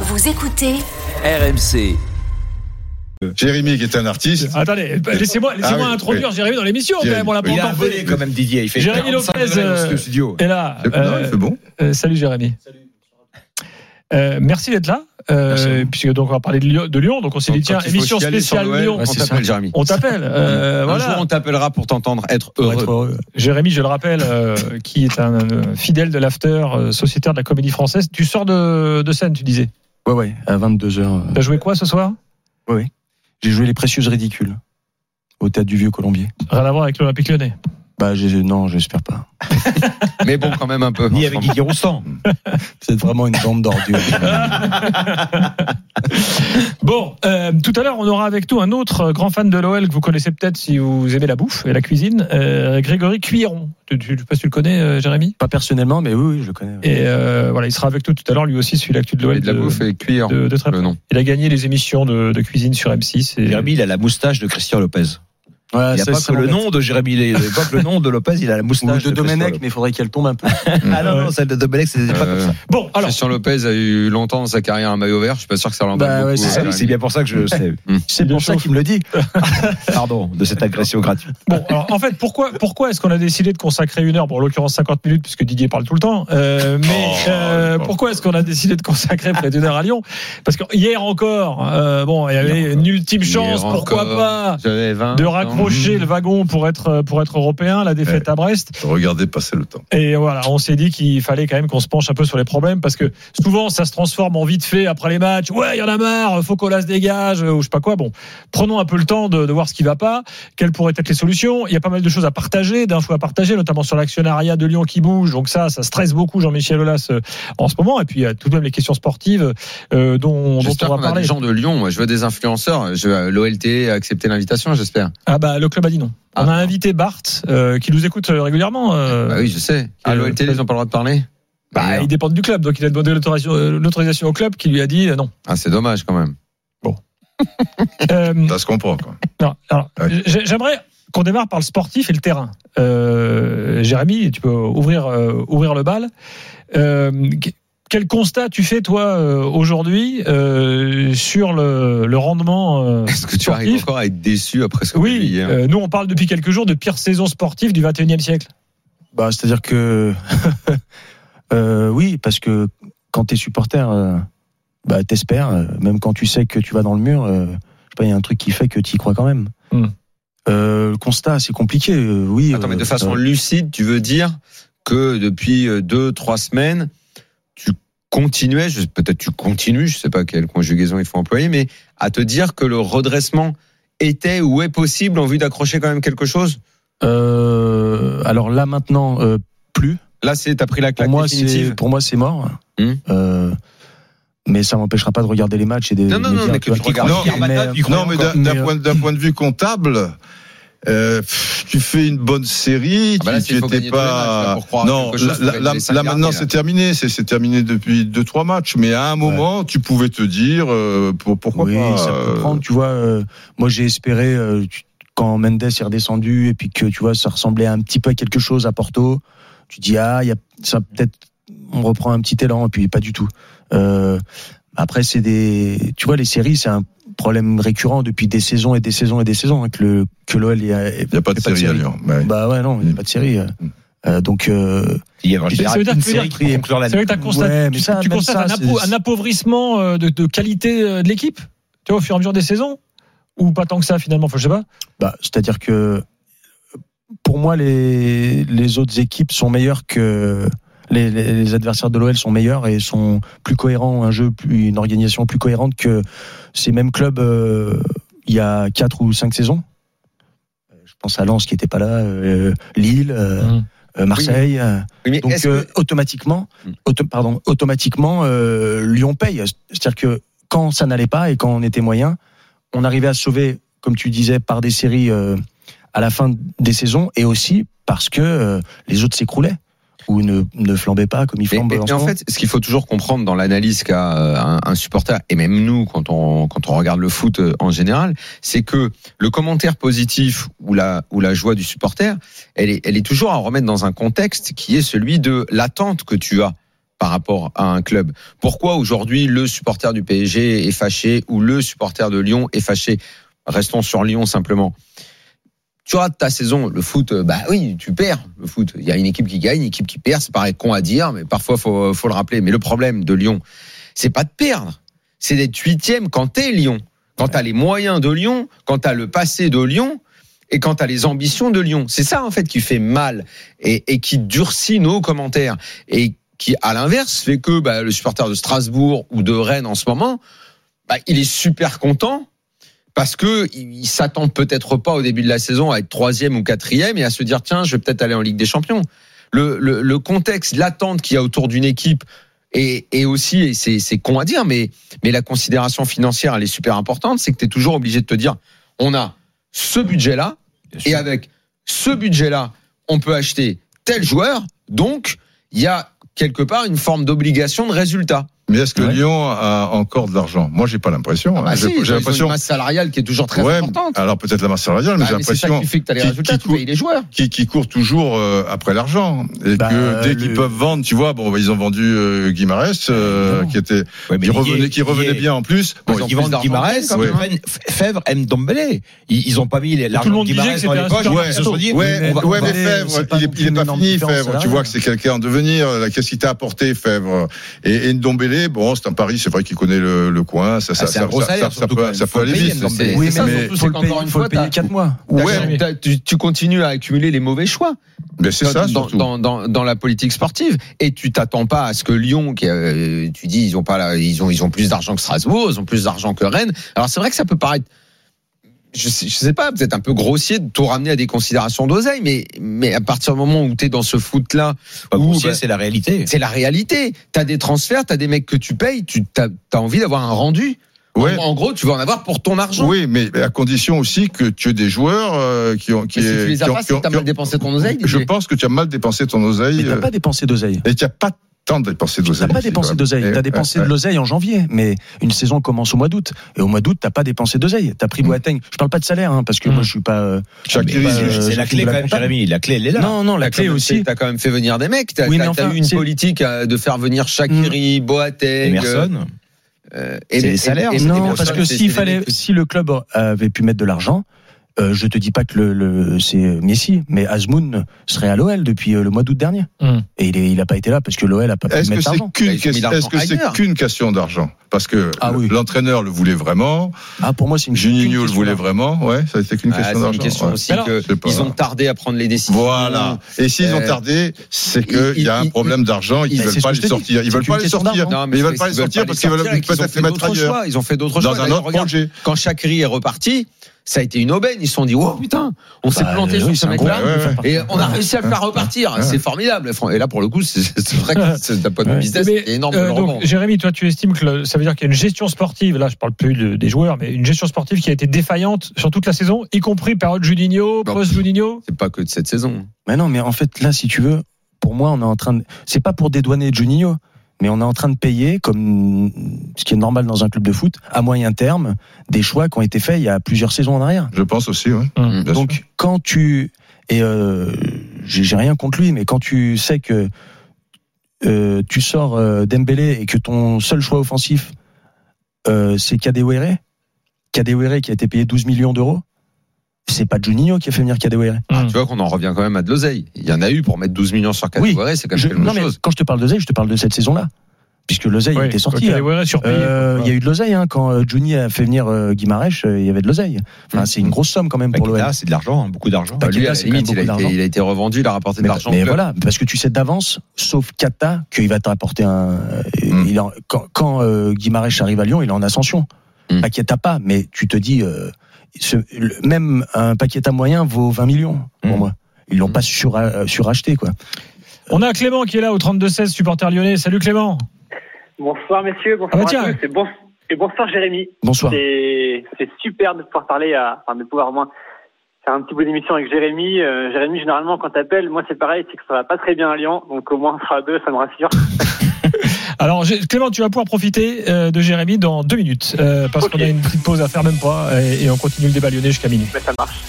Vous écoutez RMC. Jérémy qui est un artiste. Attendez, bah, laissez-moi laissez-moi Ah oui, introduire Jérémy dans l'émission quand Jérémy. même, on l'a pas Il a encore volé fait. quand même Didier. Il fait Jérémy 45 Lopez, degrés dans euh, le studio. Et là, C'est pas- euh, c'est bon. euh, salut Jérémy. Euh, merci d'être là, euh, puisque donc on va parler de Lyon, de Lyon, donc on s'est dit tiens, émission spéciale Lyon, on t'appelle Jérémy. on t'appelle, euh, Un jour, voilà. on t'appellera pour t'entendre être Pour heureux. être heureux. Jérémy, je le rappelle, euh, qui est un euh, fidèle de l'after, euh, sociétaire de la comédie française. Tu sors de, de scène, tu disais. Ouais, ouais, à 22h. T'as joué quoi ce soir J'ai joué Les Précieuses Ridicules au théâtre du Vieux Colombier. Rien à voir avec l'Olympique lyonnais. Bah, j'ai- non, j'espère pas. Mais bon, quand même un peu. Ni avec Guy Roustan. C'est vraiment une bande d'ordures. Bon, euh, tout à l'heure, on aura avec nous un autre grand fan de l'OL que vous connaissez peut-être si vous aimez la bouffe et la cuisine, euh, Grégory Cuiron. Tu, tu, je sais pas si tu le connais, euh, Jérémy. pas personnellement, mais oui, oui, je le connais. Et euh, voilà, il sera avec nous tout à l'heure. Lui aussi suit l'actu de l'OL. Et de la bouffe et cuir. de- de très Le nom. Il a gagné les émissions de, de cuisine sur M6. Et, Jérémy, il a la moustache de Christian Lopez. Ah, Ouais, Il n'y a ça, pas ça que le m'embête. nom de Jérémy, il n'est pas que le nom de Lopez, il a la Ou moustache de Domenech, Christian mais il faudrait qu'elle tombe un peu. Lopez. Ah non, non, celle de Domenech, c'était pas comme Euh, ça. Bon, alors, Christian Lopez a eu longtemps dans sa carrière un maillot vert. Je suis pas sûr que ça l'emballe Bah beaucoup. ouais, euh, c'est Ah Jérémy. oui, c'est bien pour ça que je sais. C'est pour ça qu'il me le dit. Pardon de cette agression gratuite. Bon, alors en fait, pourquoi, pourquoi est-ce qu'on a décidé de consacrer une heure Bon, en l'occurrence 50 minutes, puisque Didier parle tout le temps. Euh, mais Oh, euh, bon. pourquoi est-ce qu'on a décidé de consacrer près d'une heure à Lyon Parce que hier encore, euh, bon, il y avait une ultime Hier chance, pourquoi encore. pas Hein, J'avais 20 de ans. raccrocher le wagon pour être pour être européen, la défaite à Brest. Regardez passer le temps. Et voilà, on s'est dit qu'il fallait quand même qu'on se penche un peu sur les problèmes parce que souvent ça se transforme en vite fait après les matchs. Ouais, il y en a marre, faut qu'on se dégage euh, ou je sais pas quoi. Bon, prenons un peu le temps de, de voir ce qui va pas, quelles pourraient être les solutions. Il y a pas mal de choses à partager, d'infos à partager, notamment sur l'actionnariat de Lyon qui bouge. Donc ça, ça stresse beaucoup Jean-Michel Aulas euh, en ce moment. Et puis il y a tout de même les questions sportives euh, dont, dont J'espère on va qu'on a parler. des gens de Lyon. Moi, je veux des influenceurs. Je veux- euh, L'OLT a accepté l'invitation, j'espère. Ah bah le club a dit non. On a Ah. invité Barthes euh, qui nous écoute euh, régulièrement. euh, Bah oui, hein. je sais. À euh, l'OLT, ils n'ont pas le droit de parler. Bah, ils dépendent du club, donc il a demandé l'autorisation euh, l'autorisation au club qui lui a dit euh, non. Ah, c'est dommage quand même. Euh, Ça se comprend, quoi. non, alors, Ouais. j'ai- J'aimerais qu'on démarre par le sportif et le terrain. Euh, Jérémy, tu peux ouvrir, euh, ouvrir le bal. Euh, que- quel constat tu fais, toi, euh, aujourd'hui, euh, sur le, le rendement euh, Est-ce que tu sportif arrives encore à être déçu après ce que tu as dit hein. Oui, hier euh, nous, on parle depuis quelques jours de pire saison sportive du 21e siècle. Bah, c'est-à-dire que. euh, oui, parce que quand t'es supporter, euh, bah, t'espères, euh, même quand tu sais que tu vas dans le mur, euh, je sais pas, il y a un truc qui fait que t'y crois quand même. Hmm. Euh, le constat, c'est compliqué, euh, oui. Attends, mais de euh, façon lucide, tu veux dire que depuis euh, deux, trois semaines, tu continuais, je- peut-être tu continues, je sais pas quelle conjugaison il faut employer, mais à te dire que le redressement était ou est possible en vue d'accrocher quand même quelque chose Euh, alors là maintenant, euh, plus. Là, c'est t'as pris la Pour claque moi, définitive. c'est pour moi c'est mort. Hmm. Euh, mais ça m'empêchera pas de regarder les matchs et de. Non, non, de non, dire, mais que tu regardes crois- Carmata, mais, euh, tu Non, mais d'un Mais, d'un euh, point, d'un point de vue comptable, euh, pff, tu fais une bonne série, Ah bah là, tu s'il faut n'étais gagner tous les matchs, là, pas. pour croire à non, quelque chose, là, faut là, gagner les cinq là, maintenant derniers, c'est là. terminé, c'est c'est terminé depuis deux trois matchs. Mais à un moment, tu pouvais te dire euh, pour- pourquoi oui, pas. ça euh, peut prendre. Tu vois, euh, moi j'ai espéré euh, tu- quand Mendes est redescendu et puis que tu vois ça ressemblait un petit peu à quelque chose à Porto. Tu dis ah, il y a ça peut-être on reprend un petit élan et puis pas du tout. Euh, après c'est des, tu vois les séries c'est un problème récurrent depuis des saisons et des saisons et des saisons hein, que le que l'OL il y a, Il n'y a pas de série à Lyon. ouais. Mm. Bah ouais, non, il n'y a pas de série. euh. Euh, donc, euh, Il y avait en Ça général veut dire une que- série qui conclure Bah, C'est l'année. vrai que t'as constaté- Ouais, mais tu, ça, tu même constates ça, un, appau- c'est- un appauvrissement euh, de, de qualité euh, de l'équipe, tu vois, au fur et à mesure des saisons Ou pas tant que ça, finalement, enfin, je sais pas. bah, c'est-à-dire que pour moi, les, les autres équipes sont meilleures que. Les, les- les adversaires de l'OL sont meilleurs et sont plus cohérents, un jeu, plus, une organisation plus cohérente que ces mêmes clubs euh, il y a 4 ou 5 saisons. Euh, Je pense à Lens qui n'était pas là, euh, Lille, euh, Hum. euh, Marseille. euh, Oui, mais Donc est-ce euh, que- automatiquement, Hmm. auto- pardon, automatiquement, euh, Lyon paye. C'est-à-dire que quand ça n'allait pas et quand on était moyen, on arrivait à se sauver, comme tu disais, par des séries euh, à la fin des saisons et aussi parce que euh, les autres s'écroulaient ou ne, ne flambaient pas comme ils Mais- flambent. mais- en mais ce en moment. fait, ce qu'il faut toujours comprendre dans l'analyse qu'a euh, un, un supporter, et même nous, quand on, quand on regarde le foot euh, en général, c'est que le commentaire positif ou la, ou la joie du supporter, elle est, elle est toujours à remettre dans un contexte qui est celui de l'attente que tu as par rapport à un club. Pourquoi aujourd'hui le supporter du PSG est fâché ou le supporter de Lyon est fâché Restons sur Lyon simplement. Tu rates ta saison, le foot, euh, bah oui, tu perds le foot. Il y a une équipe qui gagne, une équipe qui perd, ça paraît con à dire, mais parfois faut, faut le rappeler. Mais le problème de Lyon, c'est pas de perdre, c'est d'être huitième quand t'es Lyon, quand t'as les moyens de Lyon, quand t'as le passé de Lyon et quand t'as les ambitions de Lyon. C'est ça en fait qui fait mal et, et qui durcit nos commentaires et qui, à l'inverse, fait que bah, le supporter de Strasbourg ou de Rennes en ce moment, bah, il est super content parce que il il s'attend peut-être pas au début de la saison à être troisième ou quatrième et à se dire tiens, je vais peut-être aller en Ligue des Champions. Le, le, le contexte, l'attente qu'il y a autour d'une équipe et, et aussi, et c'est, c'est con à dire, mais, mais la considération financière, elle est super importante, c'est que tu es toujours obligé de te dire, on a ce budget-là, et avec ce budget-là, on peut acheter tel joueur, donc il y a quelque part une forme d'obligation de résultat. Mais est-ce que Ouais. Lyon a encore de l'argent Moi, j'ai pas l'impression. hein. Bah J'ai- si, ils j'ai ont l'impression. Une masse salariale qui est toujours très Ouais, importante. alors peut-être la masse salariale, mais Bah, j'ai mais c'est ça l'impression qui fait que tu as les qui- résultats, qui tu payes coûte- les joueurs. qui, qui courent toujours euh, après l'argent et Bah, que dès le- qu'ils peuvent vendre, tu vois, bon, bah, ils ont vendu euh, Guimarães euh, Évidemment. qui était, Ouais, mais qui lié- revenait, qui lié- revenait bien en plus. Bon, Bon, ils ont ils plus vendent d'argent. Guimarães, Ouais. ils prennent Fèvre aime Dombélé. Ils, ils ont pas mis les- le l'argent monde de disait que Guimarães dans c'était les un poches. super Ils se sont dit, Ouais, mais on va- non, ouais, mais mais Fèvre, c'est pas il est, non plus il est une pas énorme fini, différence Fèvre. Tu salariale. vois que c'est quelqu'un en devenir. euh, Qu'est-ce qu'il t'a apporté, Fèvre Et, et Ndombele, bon, c'est un pari, c'est vrai qu'il connaît le, le coin. Ça, ça, Ah, c'est un ça, gros ça, salaire, ça surtout, quand peut, même. ça Faut peut aller le payer, vite. Ndombele. c'est- Oui, c'est mais, ça, mais surtout, faut c'est le qu'encore payer, une faut le fois, payer t'as- 4 mois. Ouais, mais t'as- tu, tu continues à accumuler les mauvais choix Mais c'est ça, dans, dans- surtout. dans, dans, dans la politique sportive et tu t'attends pas à ce que Lyon qui euh, tu dis ils ont pas la- ils ont ils ont plus d'argent que Strasbourg, ils ont plus d'argent que Rennes. Alors c'est vrai que ça peut paraître je sais, je sais pas, peut-être un peu grossier de tout ramener à des considérations d'oseille, mais, mais à partir du moment où tu es dans ce foot-là, Pas Ouh, grossier, bah. c'est la réalité. C'est la réalité. T'as des transferts, t'as des mecs que tu payes, tu as, envie d'avoir un rendu. Ouais. En, en gros, tu vas en avoir pour ton argent. Oui, mais à condition aussi que tu aies des joueurs euh, qui ont qui, Et si tu les as qui ont- pas, qui ont- c'est que t'as qui ont- mal dépensé ton oseille. Je Didier. pense que tu as mal dépensé ton Mais oseille t'as pas dépensé d'oseille. euh, et tu n'as pas tant dépensé d'oseille. T'as pas aussi, quand dépensé même. d'oseille. Et- euh, T'as dépensé ouais, de l'oseille en janvier, mais une saison commence au mois d'août. Et au mois d'août, t'as pas dépensé d'oseille. T'as pris Boateng. Je parle pas de salaire, hein, parce que Mm. moi, je suis pas. euh, Shaqiri, Mais, C'est- euh, c'est je la trouve clé la quand même, compta. Jérémy. La clé, elle est là. Non, non, la T'as clé quand même fait- aussi. T'as quand même fait venir des mecs. T'as Oui, t'as- mais enfin, t'as eu une c'est- Mm. politique euh, de faire venir Shakiri, Boateng, euh, Emerson. euh, C'est les salaires. et- et- Non, Emerson, parce que c'est- s'il c'est fallait, des mecs- si le club avait pu mettre de l'argent, euh, je te dis pas que le, le- c'est Messi, mais Azmoun serait à l'OL depuis euh, le mois d'août dernier. Hmm. Et il, est- il a pas été là parce que l'OL a pas pu Est-ce que mettre c'est d'argent. Bah, qu'une ils ont mis question, l'argent est-ce que c'est ailleurs. qu'une question d'argent Parce que Ah oui. l'entraîneur le voulait vraiment, Ah, pour moi, c'est une qu'une Juninho le question voulait d'argent. vraiment, ouais, ça a été qu'une Ah, question c'est une d'argent. question ouais. aussi Alors, que Je sais pas. ils ont tardé à prendre les décisions. Voilà. Et s'ils ont Euh, tardé, c'est il- qu'il y a un il- problème d'argent et qu'ils Mais veulent c'est pas ce que je les te dis. sortir. Ils C'est veulent une pas les question sortir. d'argent. Non, mais Ils veulent c'est- pas les veulent sortir parce qu'ils sortir veulent et qu'ils ont peut-être fait les mettre d'autres ailleurs. choix. Ils ont fait d'autres choix. Dans un D'ailleurs, autre regarde, projet. quand Chakri est reparti, ça a été une aubaine. Ils se sont dit, oh putain, on s'est Bah, planté oui, sur c'est ce un mec-là. gros club de faire Ouais, partie. Et on a réussi à le faire ouais. repartir. C'est formidable. Et là, pour le coup, c'est c'est vrai que c'est d'un point de vue Ouais. business, Mais, c'est énorme. euh, le donc, rebond. Jérémy, toi, tu estimes que le- ça veut dire qu'il y a une gestion sportive, là, je parle plus de- des joueurs, mais une gestion sportive qui a été défaillante sur toute la saison, y compris période Juninho, Bah, Non. post-Juninho C'est pas que de cette saison. Mais non, mais en fait, là, si tu veux, pour moi, on est en train de. C'est pas pour dédouaner Juninho, mais on est en train de payer, comme ce qui est normal dans un club de foot, à moyen terme, des choix qui ont été faits il y a plusieurs saisons en arrière. Je pense aussi, ouais. Hum. Bien Donc, sûr. quand tu. Et euh, j'ai j'ai rien contre lui, mais quand tu sais que euh, tu sors euh, Dembélé et que ton seul choix offensif, euh, c'est Kadewere, Kadewere qui a été payé 12 millions d'euros, c'est pas Juninho qui a fait venir Kadewere. Bah, Tu vois qu'on en revient quand même à de l'oseille. Il y en a eu pour mettre 12 millions sur 4 Hmm. Oui. c'est quand même Je- quelque non, mais chose. quand je te parle d'oseille, je te parle de cette saison-là. Puisque l'oseille Ouais, était sorti. hein. ok, ouais, surpayé. Euh, Il y a eu de l'oseille hein, quand euh, Juni a fait venir euh, Guimarães, euh, il y avait de l'oseille. Enfin, Mm. c'est une grosse somme quand même pour l'OL. Paqueta, c'est de l'argent, hein, beaucoup d'argent. Paqueta, Bah, Lui, à la c'est quand même limite, il a, beaucoup été, d'argent. il a été revendu, il a rapporté de Mais, bah, l'argent. au mais club. voilà, parce que tu sais d'avance, sauf Kata, qu'il va t'apporter un. euh, Mm. il en- quand quand euh, Guimarães arrive à Lyon, il est en ascension. Mm. Paqueta pas, mais tu te dis, euh, ce- le- même un Paqueta moyen vaut 20 millions pour Mm. moi. Ils l'ont Mm. pas sur, euh, suracheté quoi. On a Clément qui est là au 32-16, supporter lyonnais. Salut Clément. Bonsoir messieurs, bonsoir Ah bah à tiens. tous et, bon- et bonsoir Jérémy. Bonsoir. C'est c'est super de pouvoir parler, à, enfin de pouvoir au moins faire un petit bout d'émission avec Jérémy. Euh, Jérémy, généralement quand t'appelles, moi c'est pareil, c'est que ça va pas très bien à Lyon, donc au moins on sera à deux, ça me rassure. Alors j'ai- Clément, tu vas pouvoir profiter euh, de Jérémy dans deux minutes, euh, parce Ok. qu'on a une petite pause à faire même pas, et, et on continue le débat lyonnais jusqu'à minuit. Mais ça marche.